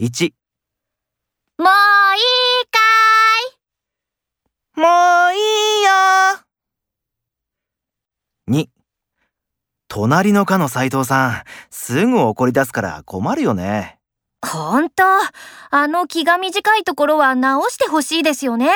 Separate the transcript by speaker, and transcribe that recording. Speaker 1: 1
Speaker 2: もういいか
Speaker 3: もういいよ
Speaker 1: 2隣の課の斉藤さんすぐ怒り出すから困るよね
Speaker 2: いほんと、あの気が短いところは直してほしいですよね。